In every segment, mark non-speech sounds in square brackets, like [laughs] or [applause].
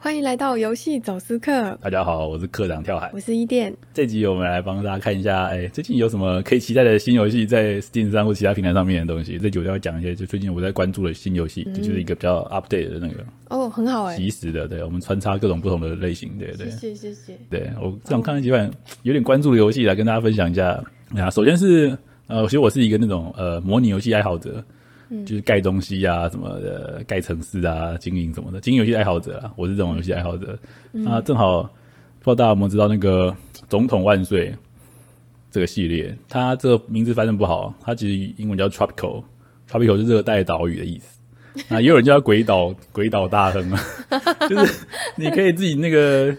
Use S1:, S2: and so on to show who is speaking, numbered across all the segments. S1: 欢迎来到游戏走私客，
S2: 大家好，我是科长跳海
S1: 我。是伊甸。
S2: 这集我们来帮大家看一下，哎，最近有什么可以期待的新游戏在 Steam 上或其他平台上面的东西。这集我就要讲一些，就最近我在关注的新游戏，这就是一个比较 update 的那个
S1: 哦，很好哎、
S2: 及时的，对我们穿插各种不同的类型，对对
S1: 谢。谢谢谢。
S2: 对我这样看了几款有点关注的游戏来跟大家分享一下。啊，首先是呃，其实我是一个那种呃模拟游戏爱好者，就是盖东西啊什么的，盖城市啊、经营什么的，经营游戏爱好者啊，我是这种游戏爱好者。啊，正好不知道大家有没有知道那个《总统万岁》这个系列，它这个名字翻正不好，它其实英文叫 Tropical，Tropical 是热带岛屿的意思。啊，也有人叫它鬼岛鬼岛大亨啊， [laughs] 就是你可以自己那个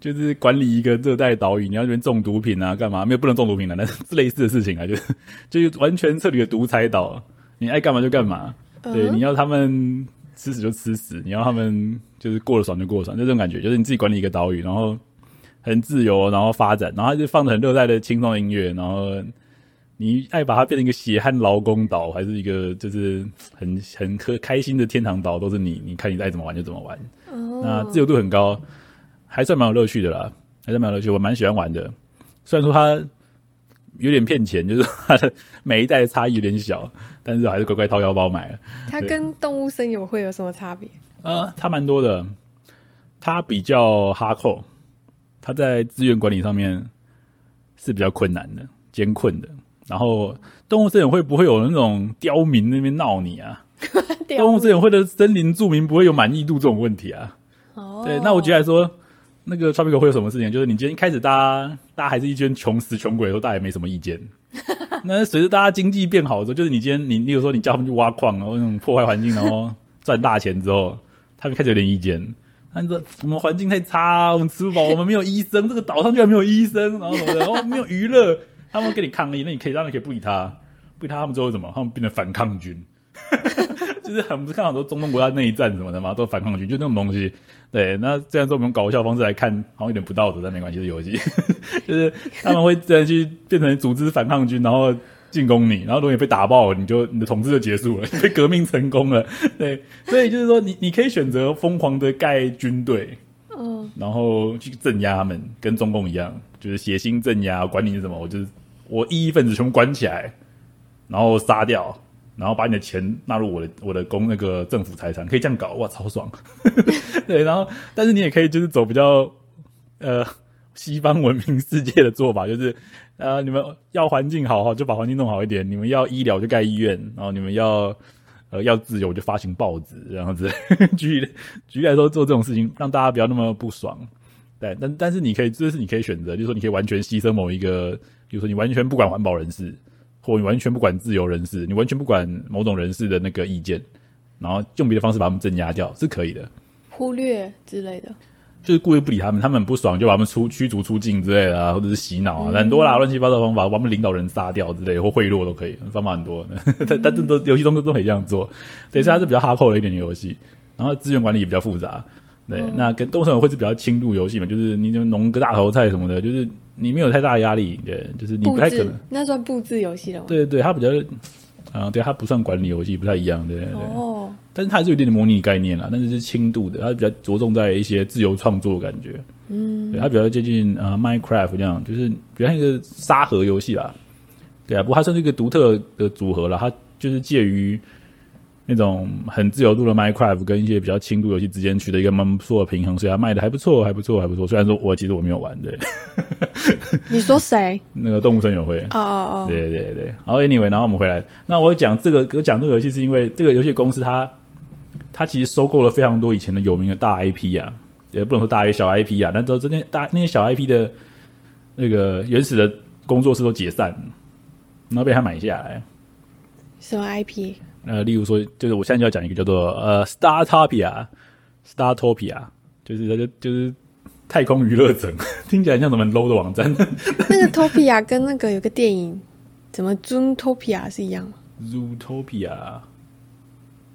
S2: 就是管理一个热带岛屿，你要这边种毒品啊，干嘛？没有不能种毒品的、啊，但是 [laughs] 类似的事情啊，就是就是完全彻底的独裁岛，你爱干嘛就干嘛。对，
S1: 嗯
S2: 你要他们吃屎就吃屎，你要他们就是过得爽就过得爽，就这种感觉，就是你自己管理一个岛屿，然后很自由，然后发展，然后它就放着很热带的轻松的音乐，然后你爱把它变成一个血汗劳工岛，还是一个就是很很开开心的天堂岛，都是你，你看你爱怎么玩就怎么玩。
S1: 哦嗯
S2: 那自由度很高，还算蛮有乐趣的啦，还算蛮有乐趣，我蛮喜欢玩的。虽然说它有点骗钱，就是 [laughs] 它的每一代的差异有点小，但是我还是乖乖掏腰包买了。
S1: 它跟动物森友会有什么差别？
S2: 呃，它蛮多的，它比较哈扣，它在资源管理上面是比较困难的、艰困的。然后动物森友会不会有那种刁民那边闹你啊？动物森友会的森林住民不会有满意度这种问题啊？
S1: 哦，
S2: 对，那我觉得来说，那个 Tropical 会有什么事情？就是你今天一开始大家大家还是一群穷死穷鬼的时候，大家也没什么意见。那随着大家经济变好之后，就是你今天你，例如说你叫他们去挖矿，然后那种破坏环境，然后赚大钱之后，他们开始有点意见。他们说我们环境太差，我们吃不饱，我们没有医生，这个岛上居然没有医生，然后什么的，然后没有娱乐，他们跟你抗议，那你可以让你可以不理他，不理他，他们之后怎么？他们变成反抗军。 [laughs] 就是很不是看到很多中东国家内战什么的嘛，都反抗军，就那种东西。对，那这样说我们用搞笑方式来看，好像有点不道德，但没关系，是游戏。 [laughs] 就是他们会真的去变成组织反抗军，然后进攻你，然后如果你被打爆，你就你的统治就结束了， [laughs] 你被革命成功了。对，所以就是说你，你可以选择疯狂的盖军队，
S1: 嗯，
S2: 然后去镇压他们，跟中共一样，就是血腥镇压，管你是什么，我就是我异议分子全部关起来，然后杀掉，然后把你的钱纳入我的我的公那个政府财产，可以这样搞，哇，超爽。 [laughs] 对，然后但是你也可以就是走比较呃西方文明世界的做法，就是呃你们要环境好好就把环境弄好一点，你们要医疗就盖医院，然后你们要。呃，要自由就发行报纸，这样子。 [laughs] 举例 [laughs] 举例来说，做这种事情让大家不要那么不爽。对，但但是你可以，这是你可以选择，就是说你可以完全牺牲某一个，比如说你完全不管环保人士，或你完全不管自由人士，你完全不管某种人士的那个意见，然后用别的方式把他们镇压掉是可以的。
S1: 忽略之类的。
S2: 就是故意不理他们，他们很不爽就把他们出驱逐出境之类的啊，或者是洗脑
S1: 嗯
S2: 啊，很多啦，乱七八糟的方法，把他们领导人杀掉之类，或贿赂都可以，方法很多。
S1: [laughs]
S2: 但但这都游戏中都可以这样做，对，所以它是比较哈扣的一点的游戏，然后资源管理也比较复杂。对，
S1: 嗯
S2: 那跟动森会是比较轻度游戏嘛，就是你就农个大头菜什么的，就是你没有太大的压力，对，就是你不
S1: 布
S2: 太可
S1: 置
S2: 能。
S1: 那算布置游戏了吗？
S2: 对对，它比较，嗯、对，它不算管理游戏，不太一样，对对对。
S1: 哦，
S2: 但是它还是有一点点模拟概念啦，但是是轻度的，它比较着重在一些自由创作的感觉。嗯，对，它比较接近呃 Minecraft 这样，就是比较像一个沙盒游戏啦。对啊，不过它算是一个独特的组合啦，它就是介于那种很自由度的 Minecraft 跟一些比较轻度游戏之间取得一个蛮不错的平衡，所以它卖的还不错，还不错，还不错。虽然说我其实我没有玩，对， [laughs]
S1: 你说谁？
S2: 那个动物森友会。
S1: 哦哦哦，
S2: 对对对，好，anyway，然后我们回来，那我讲这个，我讲这个游戏是因为这个游戏公司它它其实收购了非常多以前的有名的大 IP 啊，也不能说大 IP 小 IP 啊，但都这些大那些小 IP 的那个原始的工作室都解散了，然后被他买下来。
S1: 什么 IP？
S2: 呃，例如说，就是我现在就要讲一个叫做呃 Startopia，Startopia，就是它就就是太空娱乐城， [laughs] 听起来像什么很 low 的网站
S1: 那个 Topia 跟那个有个电影，怎么 Zootopia 是一样吗？
S2: Zootopia。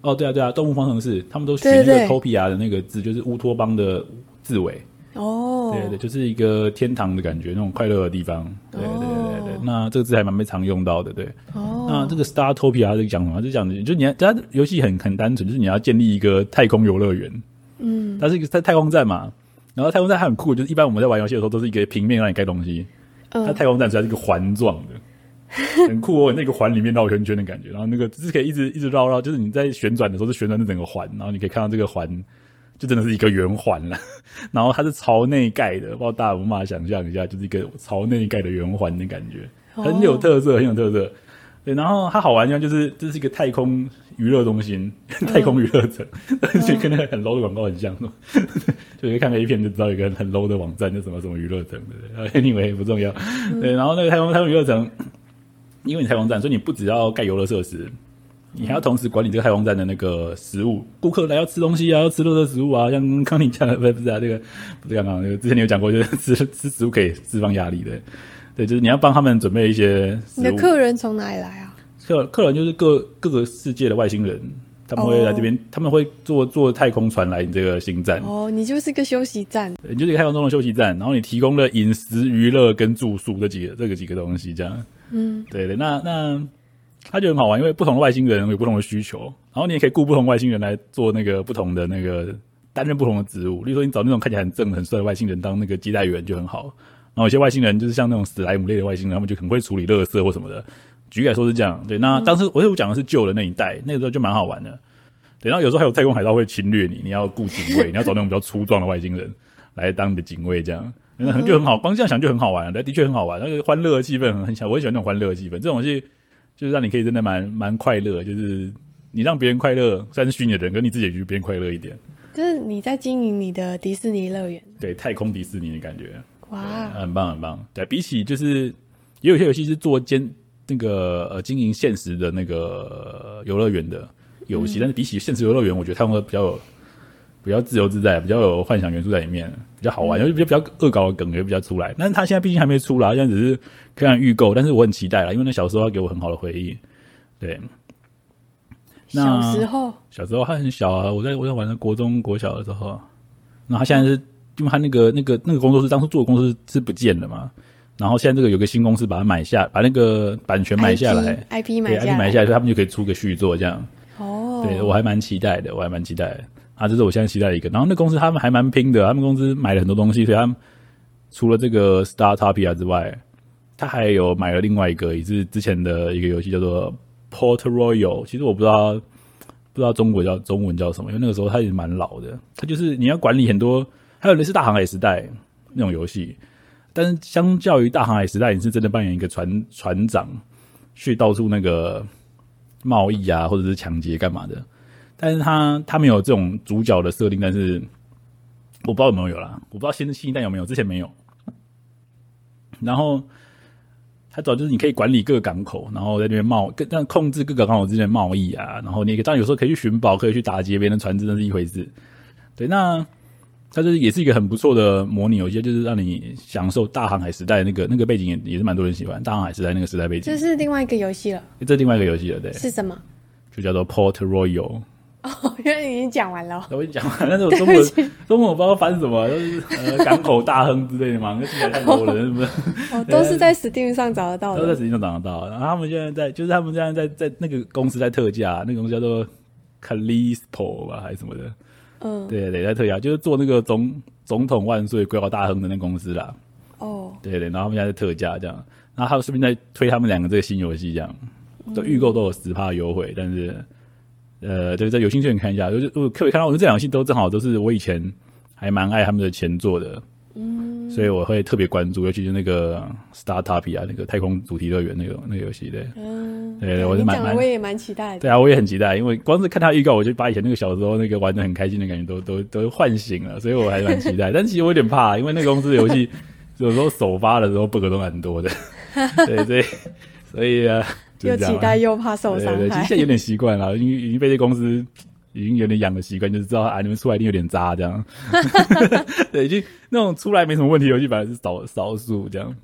S2: 哦，对啊，对啊，动物方程式，他们都取
S1: 对
S2: 那
S1: 对
S2: 个 topia 的那个字，就是乌托邦的字尾。
S1: 哦，
S2: 对对，就是一个天堂的感觉，那种快乐的地方。对对对对对
S1: 哦，
S2: 那这个字还蛮被常用到的。对，
S1: 哦，
S2: 那这个 Startopia 它是讲什么？它是讲的，就你要它游戏很很单纯，就是你要建立一个太空游乐园，嗯，它是一个在太空站嘛，然后太空站它很酷，就是一般我们在玩游戏的时候都是一个平面让你盖东西，它
S1: 嗯，
S2: 太空站它是一个环状的，很酷哦，那个环里面绕圈圈的感觉，然后那个就是可以一直一直绕绕，就是你在旋转的时候是旋转这整个环，然后你可以看到这个环就真的是一个圆环了， [laughs] 然后它是朝内盖的，不知道大家有没有办法想象一下，就是一个朝内盖的圆环的感觉，很有特色，很有特色。对，然后它好玩的地方就是这是一个太空娱乐中心，太空娱乐城，而且跟那个很 low 的广告很像，是吗 [laughs] 就是看 A 片就知道有一个很 low 的网站，叫什么什么娱乐城 [laughs] 的，anyway 不重要。
S1: 嗯
S2: 对，然后那个太空太空娱乐城，因为你太空站，所以你不只要盖游乐设施，你还要同时管理这个太空站的那个食物，顾客来要吃东西啊，要吃热的食物啊，像刚你讲的，不是不是啊，这个不是刚刚那个之前你有讲过，就是吃吃食物可以释放压力的，对，就是你要帮他们准备一些食
S1: 你的
S2: 物。
S1: 客人从哪里来啊？
S2: 客客人就是各各个世界的外星人，他们会来这边，他们会坐坐太空船来你这个星站，
S1: 哦，你就是个休息站，
S2: 你就是一个太空中的休息站，然后你提供了饮食、娱乐跟住宿这几个这个几个东西，这样。
S1: 嗯，
S2: 对的，那那它就很好玩，因为不同的外星人有不同的需求，然后你也可以雇不同外星人来做那个不同的那个担任不同的职务。例如说，你找那种看起来很正很帅的外星人当那个接待员就很好。然后有些外星人就是像那种史莱姆类的外星人，他们就很会处理垃圾或什么的。举例来说是这样，对。那当时我我讲的是旧的那一代，那个时候就蛮好玩的。对，然后有时候还有太空海盗会侵略你，你要雇警卫，你要找那种比较粗壮的外星人来当你的警卫，这样那就很好。光这样想就很好玩，但的确很好玩，那个欢乐的气氛很很强，我很喜欢那种欢乐的气氛。这种是就是让你可以真的蛮蛮快乐，就是你让别人快乐，虽然是虚拟的人，跟你自己也比别人快乐一点。
S1: 就是你在经营你的迪士尼乐园，
S2: 对，太空迪士尼的感觉。
S1: 哇，
S2: 很棒很棒。对比起就是也有些游戏是做兼那个呃经营现实的那个呃游乐园的游戏，但是比起现实游乐园，我觉得他们会比较有比较自由自在，比较有幻想元素在里面，比较好玩，因为比较比较恶搞的梗也比较出来。但是他现在毕竟还没出啦，现在只是看看预购，但是我很期待啦，因为那小时候他给我很好的回忆。对，那
S1: 小时候
S2: 小时候他很小啊，我在我在玩的国中国小的时候，然后他现在是因为他那个那个那个工作室当初做的公司是不见了嘛，然后现在这个有个新公司把它买下，把那个版权买下来，
S1: ，IP
S2: 对
S1: 买
S2: ，IP
S1: 下
S2: 买
S1: 来，
S2: 下来，所以他们就可以出个续作这样。
S1: 哦，
S2: 对我还蛮期待的，我还蛮期待的啊，这是我现在期待的一个。然后那公司他们还蛮拼的，他们公司买了很多东西，所以他们除了这个 Startopia 之外，他还有买了另外一个，也是之前的一个游戏叫做 Port Royal。其实我不知道不知道中国叫中文叫什么，因为那个时候它也蛮老的。它就是你要管理很多，还有类似大航海时代那种游戏，但是相较于大航海时代，你是真的扮演一个船船长，去到处那个贸易啊，或者是抢劫干嘛的。但是他他没有这种主角的设定，但是我不知道有没有有啦，我不知道新新一代有没有，之前没有。然后他主要就是你可以管理各个港口，然后在那边贸，跟但控制各个港口之间的贸易啊，然后你也可以当然有时候可以去寻宝，可以去打劫别人的船只，那是一回事。对，那它就是也是一个很不错的模拟游戏，就是让你享受大航海时代那个那个背景也也是蛮多人喜欢，大航海时代那个时代背景
S1: 这，是另外一个游戏了，
S2: 这是另外一个游戏了，对，
S1: 是什么？ [laughs]
S2: 就叫做 Port Royal。
S1: 哦，原来你已经讲完了
S2: [laughs]
S1: 哦，
S2: 我跟你讲，但是我中文中文我不知道翻什么，就是呃港口大亨之类的嘛，那听起来太 low 了，是不是？
S1: 哦，都是在 Steam 上找得到
S2: 都在
S1: 的，
S2: 实际上找得到。然后他们现在在，就是他们现在在在那个公司在特价，那个公司叫做 Calispo 吧，还是什么的。
S1: 嗯，
S2: 对对，在特价，就是做那个总总统万岁、瑰宝大亨的那公司啦。
S1: 哦，
S2: 对对，然后他们现在在特价这样，然后还有顺便在推他们两个这个新游戏这样，都预购都有十趴优惠，但是呃，就是在有兴趣的人看一下，就是我特别看到，我觉得这两个游戏都正好都是我以前还蛮爱他们的前作的，嗯，所以我会特别关注，尤其是那个 Startopia 那个太空主题乐园那个那个游戏，对
S1: 嗯，
S2: 对对，我是
S1: 你
S2: 蛮
S1: 讲
S2: 蛮
S1: 的我也蛮期待的，
S2: 对啊，我也很期待，因为光是看他预告，我就把以前那个小时候那个玩的很开心的感觉都都都唤醒了，所以我还蛮期待。但其实我有点怕，因为那个公司的游戏 [laughs] 有时候首发的时候 bug 都蛮多的， [laughs] 对对，所以啊，就
S1: 又
S2: 是这样
S1: 期
S2: 啊
S1: 待又怕受伤哎
S2: 对对，其实
S1: 害
S2: 现在，有点习惯了，已经已经被这公司已经有点养的习惯，就是知道啊，你们出来一定有点渣
S1: [laughs]
S2: 这样。 [laughs] 对，已经那种出来没什么问题的游戏，反而是少少数这样。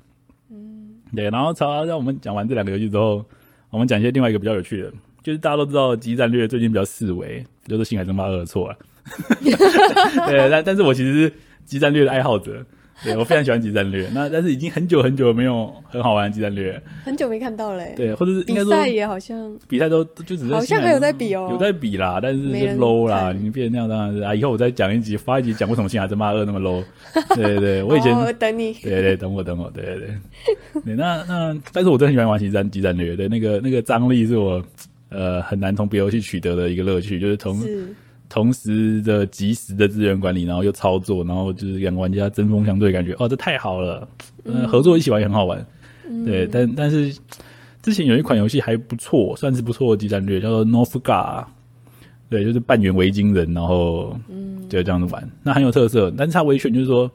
S2: 嗯，对。然后，超让我们讲完这两个游戏之后，我们讲一些另外一个比较有趣的，就是大家都知道《激战略》最近比较示威，就是《
S1: [laughs]
S2: 啊星海争霸二》错了。对，但但是我其实是《激战略》的爱好者。对我非常喜欢即战略，那但是已经很久很久没有很好玩的即战略，
S1: 很久没看到了、欸。
S2: 对，或者是应
S1: 比
S2: 该说
S1: 赛也好像
S2: 比赛都就只是
S1: 好像还有在比哦
S2: 有在比啦，但是就
S1: 没人
S2: low 啦，
S1: 看
S2: 你变成那样当然是啊，以后我再讲一集，发一集讲为什么新海真骂二那
S1: [laughs]
S2: 么 low，对对对，我以前、
S1: 哦、等你，
S2: 对对，等我等我，对对对。对那那，但是我真的很喜欢玩即战即战略，对那个那个张力是我呃很难从别游戏取得的一个乐趣，就是从
S1: 是
S2: 同时的及时的资源管理，然后又操作，然后就是两个玩家针锋相对，感觉哦这太好了，嗯、合作一起玩也很好玩，对，但但是之前有一款游戏还不错，算是不错的即战略，叫做 Norfga。对，就是扮演维京人，然后就这样子玩，那很有特色。但是它维权就是说，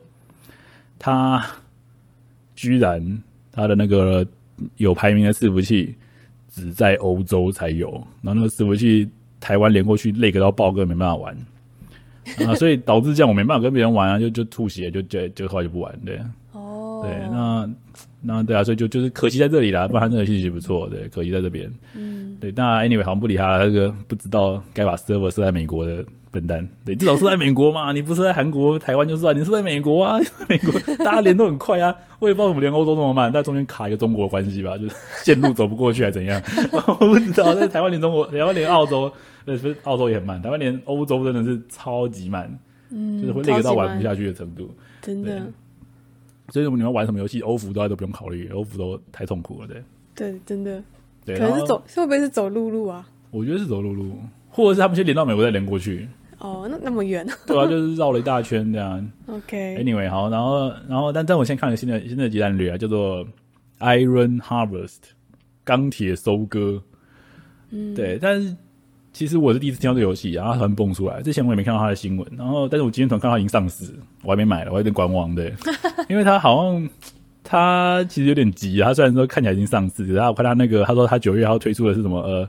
S2: 它居然它的那个有排名的伺服器只在欧洲才有，然后那个伺服器台湾连过去累个到爆哥没办法玩啊，所以导致这样我没办法跟别人玩啊，就就吐血，就就就后来就不玩，对
S1: 哦，
S2: 对，那那对啊，所以就就是可惜在这里啦，不然这个其实不错，对，可惜在这边，嗯，对，那 anyway 好像不理他，那个不知道该把 server 设在美国的。笨蛋，对，至少是在美国嘛，你不是在韩国、台湾就算，你是在美国啊， [laughs] 美国大家连都很快啊，我也不知道怎么连欧洲这么慢，但中间卡一个中国的关系吧，就是线路走不过去还怎样， [laughs] 我不知道。但是台湾连中国，台湾连澳洲，呃，不是澳洲也很慢，台湾连欧洲真的是超级慢，嗯，就是会累个到玩不下去的程度。
S1: 真的，
S2: 所以你们玩什么游戏，欧服大家都不用考虑，欧服都太痛苦了，对
S1: 对，真的，
S2: 对。
S1: 可
S2: 然
S1: 能
S2: 后
S1: 是走，会不会是走陆路啊？
S2: 我觉得是走陆路，或者是他们先连到美国再连过去，
S1: 哦，那那么远 [laughs]
S2: 对啊，就是绕了一大圈这样。
S1: ，OK，
S2: Anyway，好，然后然后，但但我先看了新的新的集战略啊，叫做 Iron Harvest，钢铁收割。嗯，对，但是其实我是第一次听到这个游戏，然后它突然蹦出来，之前我也没看到它的新闻，然后但是我今天突然看到它已经上市，我还没买了，我还有点观望对，因为它好像它其实有点急啊，它虽然说看起来已经上市，然后我看它那个，他说它九月还要推出的是什么呃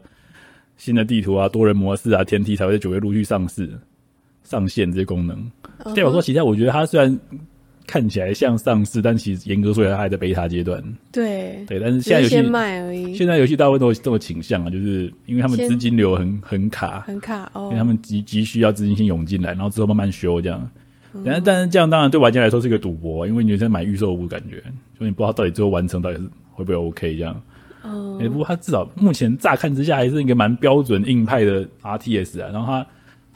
S2: 新的地图啊、多人模式啊、天梯才会在九月陆续上市。上线这些功能，
S1: 嗯
S2: 代表说，其实我觉得它虽然看起来像上市，但其实严格说来它还在 beta 阶段。
S1: 对，
S2: 对，但是
S1: 只
S2: 现
S1: 是
S2: 在游
S1: 先
S2: 戏
S1: 卖而已，
S2: 现在游戏大部分都有这种倾向啊，就是因为他们
S1: 先
S2: 资金流很很卡，
S1: 很卡哦
S2: 因为，他们急急需要资金先涌进来，然后之后慢慢修这样。
S1: 嗯
S2: 但是但是这样当然对玩家来说是一个赌博，因为你在买预售物，感觉就你不知道到底最后完成到底是会不会 OK 这样。
S1: 哦，
S2: 欸，不过它至少目前乍看之下还是一个蛮标准硬派的 RTS 啊。然后它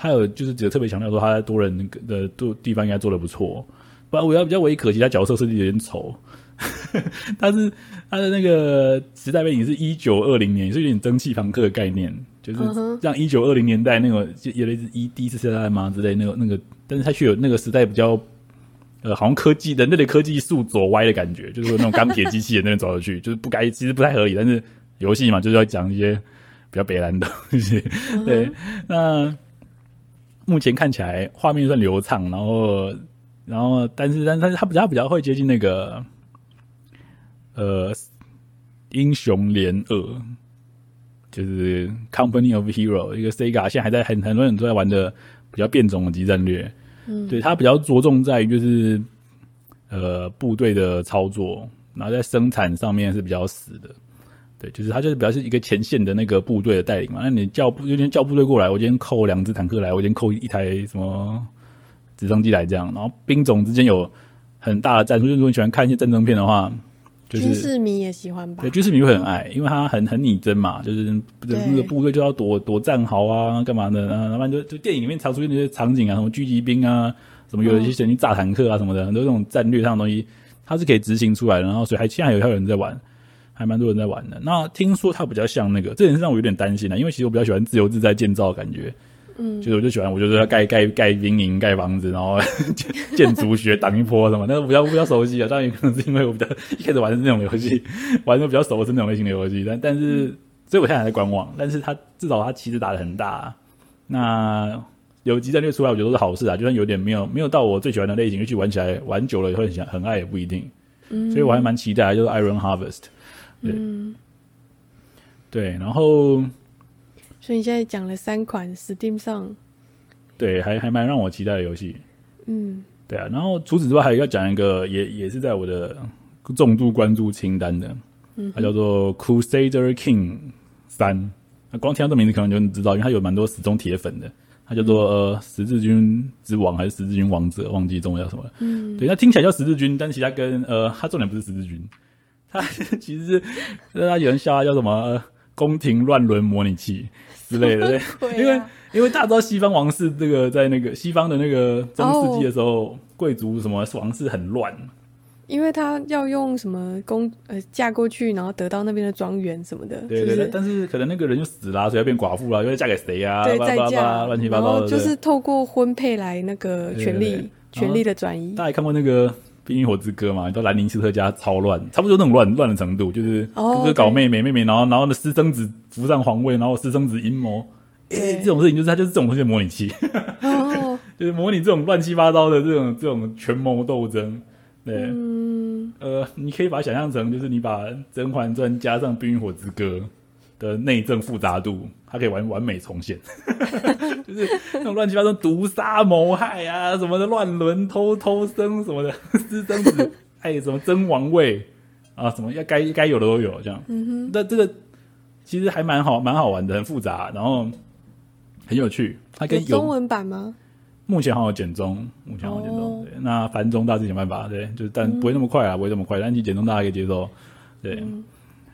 S2: 它有就是只有特别强调说它在多人的多地方应该做的不错。不然我要比较唯一可惜，它角色设计有点丑。 [laughs] 它是它的那个时代背景是一九二零年，是有点蒸汽朋克的概念，就是
S1: 嗯哼
S2: 让一九二零年代那个就有类似一第一次世界大战嘛之类那个那个，但是它却有那个时代比较呃，好像科技人类的科技树走歪的感觉，就是有那种钢铁机器人那边走下去，就是 [laughs] 不该，其实不太合理。但是游戏嘛，就是要讲一些比较北蓝的 [laughs] 东西。
S1: 嗯
S2: 对，那目前看起来画面算流畅，然后然后但是但是但是它比较它比较会接近那个呃英雄联二，就是 Company of Hero 一个 Sega 现在还在很很多人都在玩的比较变种的集战略。
S1: 嗯
S2: 对，它比较着重在于就是呃部队的操作，然后在生产上面是比较死的。对，就是它就是比较是一个前线的那个部队的带领嘛。那你叫部，有点叫部队过来，我今天扣两支坦克来，我今天扣一台什么直升机来这样。然后兵种之间有很大的战术，就是如果你喜欢看一些战争片的话，就是
S1: 军事迷也喜欢吧
S2: 对，？军事迷会很爱，因为他很很拟真嘛，就是
S1: 对
S2: 那个部队就要躲躲战壕啊，干嘛的啊，要不然就就电影里面常出现那些场景啊，什么狙击兵啊，什么有一些神去炸坦克啊什么的，很多这种战略上的东西，它是可以执行出来的。然后所以还现在有还有人在玩，还蛮多人在玩的。那听说它比较像那个，这点是让我有点担心的、啊因为其实我比较喜欢自由自在建造的感觉。嗯，就是我就喜欢，我就是要盖盖盖兵营、盖房子，然后 [laughs] 建建筑学挡一波什么，但是我比较比较熟悉啊。当然也可能是因为我比较一开始玩的是那种游戏，玩的比较熟是那种类型的游戏，但但是，所以我现在还在观望。但是它至少它棋子打的很大，啊那有集战略出来，我觉得都是好事啊。就算有点没有没有到我最喜欢的类型，也许玩起来玩久了也会很想很爱也不一定。所以我还蛮期待，就是 Iron Harvest，对、
S1: 嗯
S2: 对，然后
S1: 所以你现在讲了三款 Steam 上，
S2: 对还还蛮让我期待的游戏。
S1: 嗯，
S2: 对啊，然后除此之外还要讲一个，也也是在我的重度关注清单的，
S1: 嗯
S2: 它叫做《Crusader King 三》。那光听到这名字可能就知道，因为它有蛮多死忠铁粉的。它叫做、
S1: 嗯
S2: 呃、十字军之王还是十字军王者，忘记中文叫什么了。嗯，对，它听起来叫十字军，但其实它跟呃，它重点不是十字军，它 [laughs] 其实是大家有人笑它叫什么、呃宫廷乱伦模拟器之类的，
S1: 鬼啊
S2: 对，因为因为大家知道西方王室这个在那个西方的那个中世纪的时候，贵族什么王室很乱，
S1: 因为他要用什么公呃嫁过去，然后得到那边的庄园什么的，
S2: 对
S1: 是不
S2: 对对，
S1: 是？
S2: 但是可能那个人就死啦、所以要变寡妇啦、又要嫁给谁啊？
S1: 对，
S2: 巴
S1: 再
S2: 拉巴
S1: 嫁
S2: 拉，乱七八
S1: 然
S2: 糟
S1: 后
S2: 的。
S1: 就是
S2: 对
S1: 透过婚配来那个权
S2: 对对哦
S1: 力
S2: 对
S1: 权力的转移 [laughs]
S2: 大。家也看过那个《冰与火之歌》嘛？到兰宁斯特家超乱，差不多那种乱乱的程度，就是
S1: 哦
S2: 哥哥搞妹妹，妹妹然后然后呢私生子扶上皇位，然后私生子阴谋。哎、
S1: 对
S2: 这种事情就是它就是这种东西的模拟器，
S1: 哦，
S2: 就是模拟这种乱七八糟的这种这种权谋斗争。对，
S1: 嗯，
S2: 呃，你可以把它想象成就是你把《甄嬛传》加上《冰与火之歌》的内政复杂度，它可以完完美重现， [laughs] 就是那种乱七八糟毒杀、谋害啊什么的，乱伦、偷偷生什么的， [laughs] 私生子，哎，什么争王位啊，什么要该该有的都有，这样。嗯哼，那这个其实还蛮好，蛮好玩的，很复杂，然后很有趣。它
S1: 有
S2: 跟有
S1: 中文版吗？
S2: 目前好像有简中，目前好像有简中。
S1: 哦
S2: 对，那繁中大致想办法，对，就是但不会那么快啊，不会那么快，但其实简中大家可以接受。对，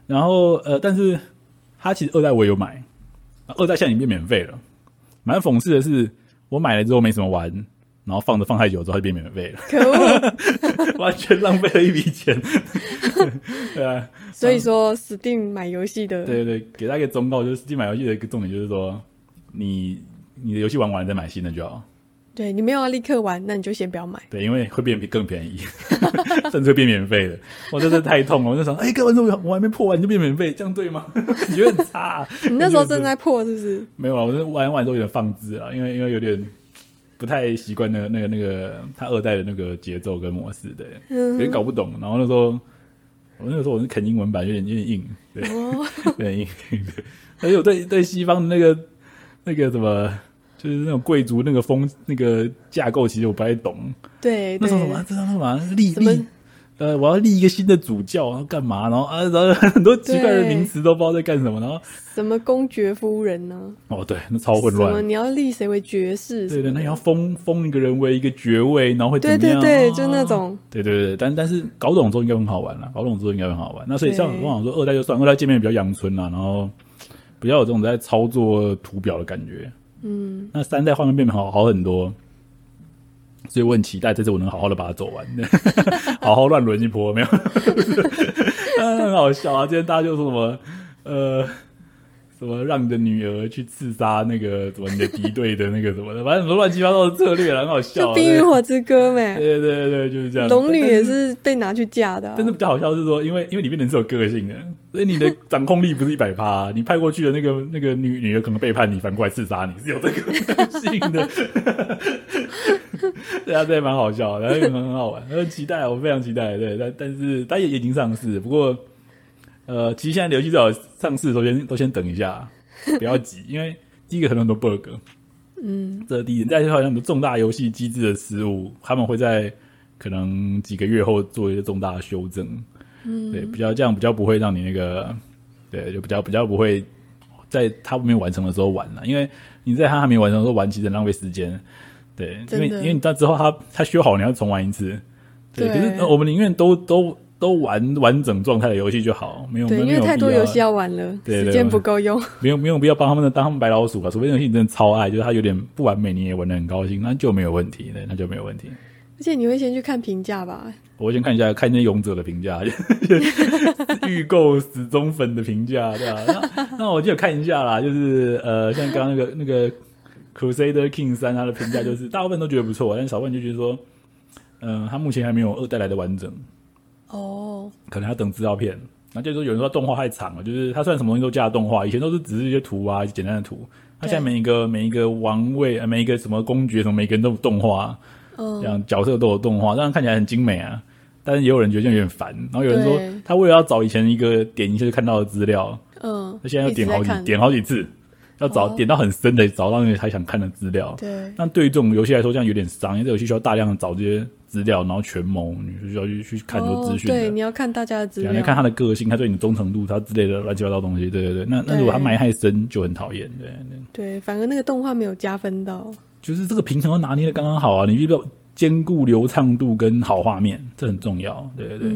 S2: 然后呃，但是它其实二代我也有买，二代现在已经变免费了。蛮讽刺的是，我买了之后没什么玩，然后放着放太久之后它就变免费了，
S1: 可
S2: [laughs]
S1: 恶！
S2: 完全浪费了一笔钱。对啊，
S1: 所以说，Steam 买游戏的，
S2: 对对对，给大家一个忠告，就是 Steam 买游戏的一个重点就是说，你你的游戏玩完了再买新的就好。
S1: 对你没有要立刻玩，那你就先不要
S2: [laughs]
S1: 买。
S2: 对，因为会变更便宜， [laughs] 甚至会变免费的。我真的太痛了，我就想，哎、干完之后我还没破完你就变免费，这样对吗？ [laughs] 你觉得很差啊、
S1: 你那时候正在破是不是？
S2: 没有啊，我是玩完之后有点放置啊，因为因为有点不太习惯那个那个那个他二代的那个节奏跟模式的，
S1: 嗯
S2: 有点搞不懂。然后那时候我那个时候我是啃英文版，有点有点硬，对， [laughs] 有点硬。对，而且我对对西方的那个那个什么，就是那种贵族那个风那个架构，其实我不太懂。
S1: [laughs] 对
S2: 那
S1: 对
S2: 时候什么，知道那什么立
S1: 什么
S2: 立，呃，我要立一个新的主教，然后干嘛？然后啊，然后很多奇怪的
S1: 对
S2: 名词都不知道在干什么。然后
S1: 什么公爵夫人呢？
S2: 哦，对，那超
S1: 什
S2: 混
S1: 么
S2: 乱。
S1: 你要立谁为爵士？
S2: 对对，那你要封封一个人为一个爵位，然后会怎
S1: 对
S2: 么
S1: 对
S2: 样？
S1: 对，
S2: 哦
S1: 就那。种
S2: 对对对，但但是搞懂之后应该很好玩了，搞懂之后应该很好玩。那所以像
S1: 对
S2: 我想说，二代就算，二代界面比较阳春啊啦，然后比较有这种在操作图表的感觉。嗯，那三代画面变得好好很多，所以我很期待这次我能好好的把它走完， [laughs] 好好乱伦一波，没有？ [laughs] 嗯，很好笑啊！今天大家就说什么呃。什么让你的女儿去刺杀那个什么你的敌对的那个什么的，反正很多乱七八糟的策略啦，很好笑
S1: 就
S2: 啊。
S1: 《冰与火之歌》
S2: [laughs]
S1: 呗。
S2: 对对对对，就是这样。
S1: 龙女
S2: 但但
S1: 也是被拿去嫁的啊，
S2: 但是比较好笑是说，因为因为里面人是有个性的，所以你的掌控力不是一百趴，啊你派过去的那个那个女女的可能背叛你，反过来刺杀你，是有这个个性的。 [laughs] 对啊，对，蛮好笑的，然后也很好玩，很期待，啊我非常期待。对，但但是它也已经上市，不过呃，其实现在游戏最好上市，都先都先等一下，不要急，因为第一个可能很多 bug，嗯，这是第一点，再来好像很多重大游戏机制的失误，他们会在可能几个月后做一些重大的修正，嗯，对，比较这样比较不会让你那个，对，就比较比较不会在它没有完成的时候玩了，因为你在它还没完成的时候玩，其实很浪费时间，对，因
S1: 真
S2: 为
S1: 的
S2: 因为你到之后它它修好，你要重玩一次，对，
S1: 对
S2: 可是我们宁愿都都都玩完整状态的游戏就好，没有
S1: 对，
S2: 没有
S1: 因为太多
S2: 必要啊
S1: 游戏要玩了，
S2: 对对
S1: 时间不够用。
S2: 没有没有必要帮他们的当他们白老鼠吧，除非那游戏你真的超爱，就是它有点不完美，你也玩的很高兴，那就没有问题，对，那就没有问题。
S1: 而且你会先去看评价吧？
S2: 我先看一下看那些勇者的评 [laughs] 价，预购死忠粉的评价，对吧、那那我就有看一下啦，就是呃，像刚刚那个那个 Crusader King 三，它的评价就是大部分都觉得不错，但少部分就觉得说，嗯、它目前还没有二代来的完整，
S1: 哦，
S2: 可能要等资料片。然后就是说有人说动画太长了，就是它虽然什么东西都加了动画，以前都是只是一些图啊，简单的图。它现在
S1: 对
S2: 每一个每一个王位、呃每一个什么公爵什么，每个人都有动画，
S1: 嗯
S2: 这样角色都有动画，当然看起来很精美啊。但是也有人觉得这样有点烦。然后有人说
S1: 对，
S2: 他为了要找以前一个点一下就看到的资料，
S1: 嗯，
S2: 他现在要
S1: 一直
S2: 点好
S1: 在
S2: 几
S1: 看
S2: 点好几次，要找、
S1: 哦
S2: 点到很深的，找到那个他想看的资料。
S1: 对
S2: 那对于这种游戏来说，这样有点伤，因为这游戏需要大量地找这些资料，然后权谋，你就需要去去看很多资讯
S1: 哦。
S2: 的。
S1: 对，你要看大家的资
S2: 对
S1: 料，
S2: 啊你要看他的个性，他对你的忠诚度，他之类的乱七八糟东西。对对对，那那如果他
S1: 对
S2: 埋太深，就很讨厌。对对，
S1: 对，反而那个动画没有加分到。
S2: 就是这个平衡要拿捏的刚刚好啊，你必须要兼顾流畅度跟好画面，这很重要。对对对。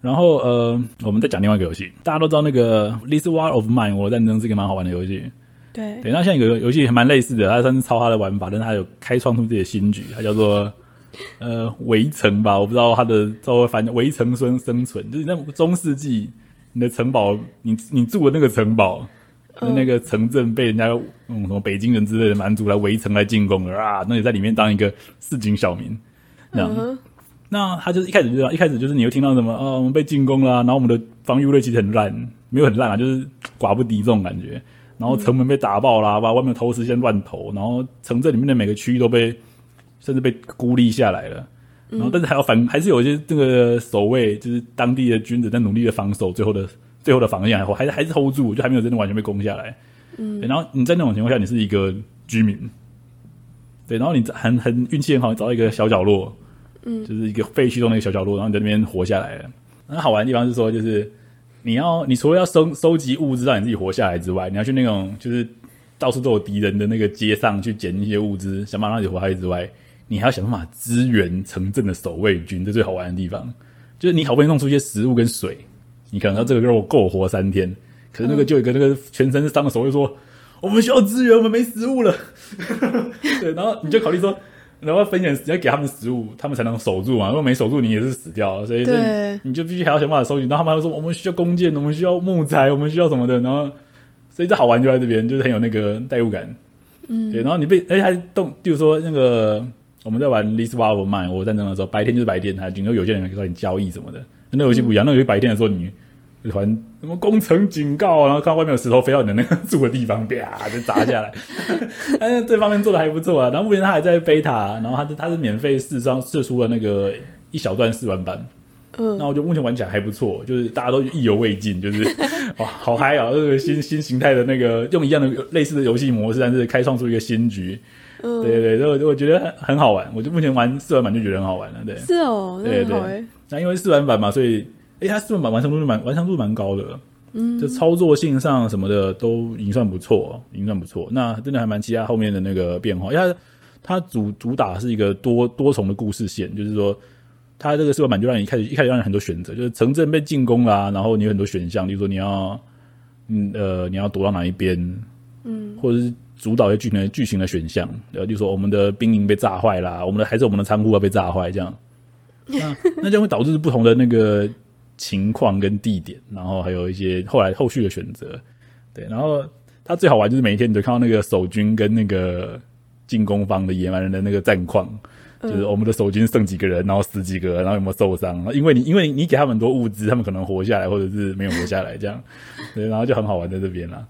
S2: 然后呃，我们再讲另外一个游戏，大家都知道那个《This War of Mine》，我的战争是一个蛮好玩的游戏。
S1: 对，嗯
S2: 对，那现在有个游戏还蛮类似的，它算是抄它的玩法，但是它有开创出自己的新局，它叫做呃围城吧，我不知道它的稍微反正围城生生存，就是那种中世纪你的城堡，你你住的那个城堡。
S1: 嗯
S2: 那个城镇被人家嗯什么北京人之类的蛮族来围城来进攻了啊，那你在里面当一个市井小民，这样
S1: 嗯哼，
S2: 那他就是一开始就这样，一开始就是你会听到什么哦，我们被进攻了啊、然后我们的防御部队其实很烂，没有很烂啊，就是寡不敌众感觉。然后城门被打爆啦、把外面的投石先乱投，然后城镇里面的每个区域都被甚至被孤立下来了。然后但是还要反，还是有一些这个守卫，就是当地的军人在努力的防守，最后的最后的防线还还是还是 hold 住，就还没有真的完全被攻下来。嗯，然后你在那种情况下，你是一个居民，对，然后你很很运气很好，找到一个小角落，就是一个废墟中的一个小角落，然后你在那边活下来了。那好玩的地方是说，就是你要你除了要收收集物资让你自己活下来之外，你要去那种就是到处都有敌人的那个街上去捡一些物资，想办法让你活下去之外，你还要想办法支援城镇的守卫军，这最好玩的地方就是你好不容易弄出一些食物跟水，你可能要这个肉够我活三天，可是那个就有一个那个全身是伤的守卫说。我们需要支援，我们没食物了。 [laughs] 对，然后你就考虑说，然后分享要给他们食物，他们才能守住嘛。如果没守住，你也是死掉。所以
S1: 对
S2: 是你就必须还要想办法收集。然后他们还会说，我们需要弓箭，我们需要木材，我们需要什么的。然后，所以这好玩就在这边，就是很有那个代入感。嗯，对。然后你被，而且还动，比如说那个我们在玩《List War of Mine》我战争的时候，白天就是白天，还有有些人会找你交易什么的。那游戏不一样，那游戏白天的时候你。就突然什么工程警告，然后看到外面有石头飞到你的那个住的地方，啪就砸下来。
S1: [laughs]
S2: 但是这方面做的还不错啊。然后目前他还在 beta，然后他他是免费试装试出了那个一小段试玩版。
S1: 嗯
S2: 那我觉得目前玩起来还不错，就是大家都意犹未尽，就是 [laughs] 哇，好嗨啊！这个新新形态的那个用一样的类似的游戏模式，但是开创出一个新局，
S1: 嗯，
S2: 对对对，我我觉得很很好玩。我就目前玩试玩版就觉得很好玩了，对。
S1: 是哦，那
S2: 对
S1: 很
S2: 对
S1: 好哎，
S2: 那因为试玩版嘛，所以诶，它试玩版完成度是蛮完成度蛮高的，嗯，就操作性上什么的都已经算不错，已经算不错。那真的还蛮期待后面的那个变化，因为它它主主打是一个多多重的故事线，就是说。它这个试玩版就让你一开始一开始让你很多选择，就是城镇被进攻啦、然后你有很多选项，例如说你要，嗯呃，你要躲到哪一边，嗯，或者是主导一些剧情的剧情的选项，呃，例如说我们的兵营被炸坏啦，我们的还是我们的仓库要被炸坏这样，那这样会导致不同的那个情况跟地点，然后还有一些后来后续的选择。对，然后它最好玩就是每一天你就看到那个守军跟那个进攻方的野蛮人的那个战况，就是我们的守军剩几个人，然后死几个，然后有没有受伤？然后因为你因为你给他们很多物资，他们可能活下来，或者是没有活下来这样。对，然后就很好玩在这边啦。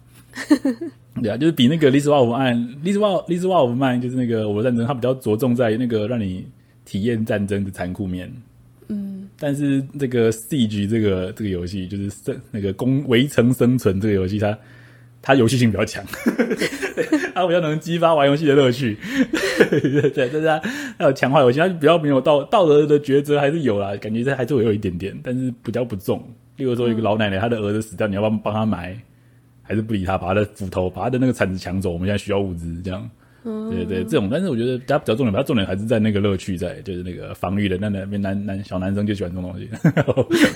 S2: 对啊，就是比那个《历史瓦姆案》《历史瓦历史瓦姆案》就是那个我的战争，它比较着重在那个让你体验战争的残酷面。但是这个 Siege 这个这个游戏，就是生那个攻围城生存这个游戏，它它游戏性比较强， [laughs] 它比较能激发玩游戏的乐趣。 [laughs] 对，但是它它有强化游戏，它比较没有道道德的抉择还是有啦，感觉这还是会有一点点，但是比较不重。例如说，一个老奶奶她的儿子死掉，你要不要帮她埋？还是不理她，把她的斧头、把她的那个铲子抢走？我们现在需要物资，这样。对
S1: 嗯
S2: 对，这种，但是我觉得它比较重点，它重点还是在那个乐趣在，就是那个防御的那那边男男小男生就喜欢这种东西，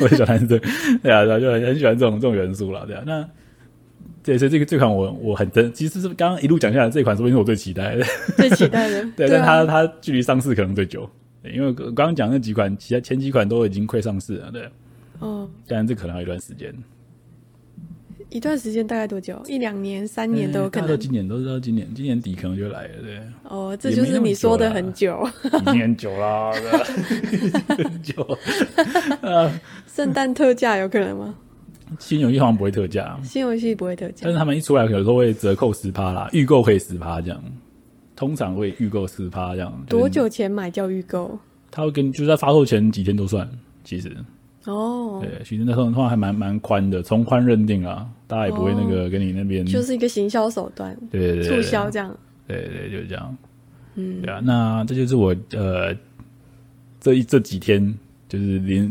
S2: 我的小男生，对啊，对啊，就很很喜欢这种这种元素了，对啊，那。对，所以这个这款我我很真，其实是刚刚一路讲下来，这款说不定是我最期待的。 [laughs]，
S1: 最期待的
S2: 对，
S1: 对
S2: 但它
S1: 啊，
S2: 它距离上市可能最久，对因为我刚刚讲那几款，其他前几款都已经快上市了，对，
S1: 哦，
S2: 但这可能要一段时间。
S1: 一段时间大概多久？一两年、三年都有可
S2: 嗯大家
S1: 能
S2: 哎都。今年都知道，今年今年底可能就来了，
S1: [laughs]
S2: 对。
S1: 哦，这
S2: 也
S1: 就
S2: 没那
S1: 是
S2: 么
S1: 你
S2: 久
S1: 说的
S2: 啦
S1: 很久，
S2: 已经很久啦，对吧 [laughs] 已经很久。
S1: 圣诞特价有可能吗？
S2: 新游戏好像不会特价，
S1: 新游戏不会特价
S2: 但，是他们一出来有时候会折扣十趴啦，预购可以十趴这样，通常会预购十趴这样。就是
S1: 多久前买叫预购？
S2: 他会跟就是在发售前几天都算，其实
S1: 哦，
S2: 对，其实那时候的话还蛮蛮宽的，从宽认定啦，大家也不会那个跟你那边、
S1: 哦就是一个行销手段，
S2: 对对对
S1: 促
S2: 对
S1: 销这样。
S2: 对对，就是这样。嗯，对啊，那这就是我呃这一这几天就是连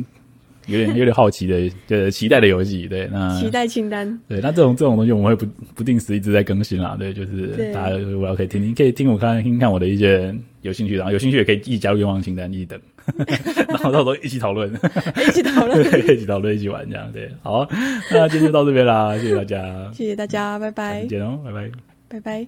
S2: 有点有点好奇的， [laughs] 就是期待的游戏。对，那
S1: 期待清单，
S2: 对，那这种这种东西我们会不不定时一直在更新啦。对，就是
S1: 对
S2: 大家如果要可以听听，可以听我看听看我的一些有兴趣的，然后有兴趣也可以一起加入愿望清单，一起等， [laughs] 然后到时候一起讨论，
S1: 一起讨论。
S2: 对，一起讨论，一起玩这样。对，好，那今天就到这边啦，谢谢大家，
S1: 谢谢大家，拜
S2: 下次
S1: 拜，
S2: 见哦，拜拜。
S1: 拜拜。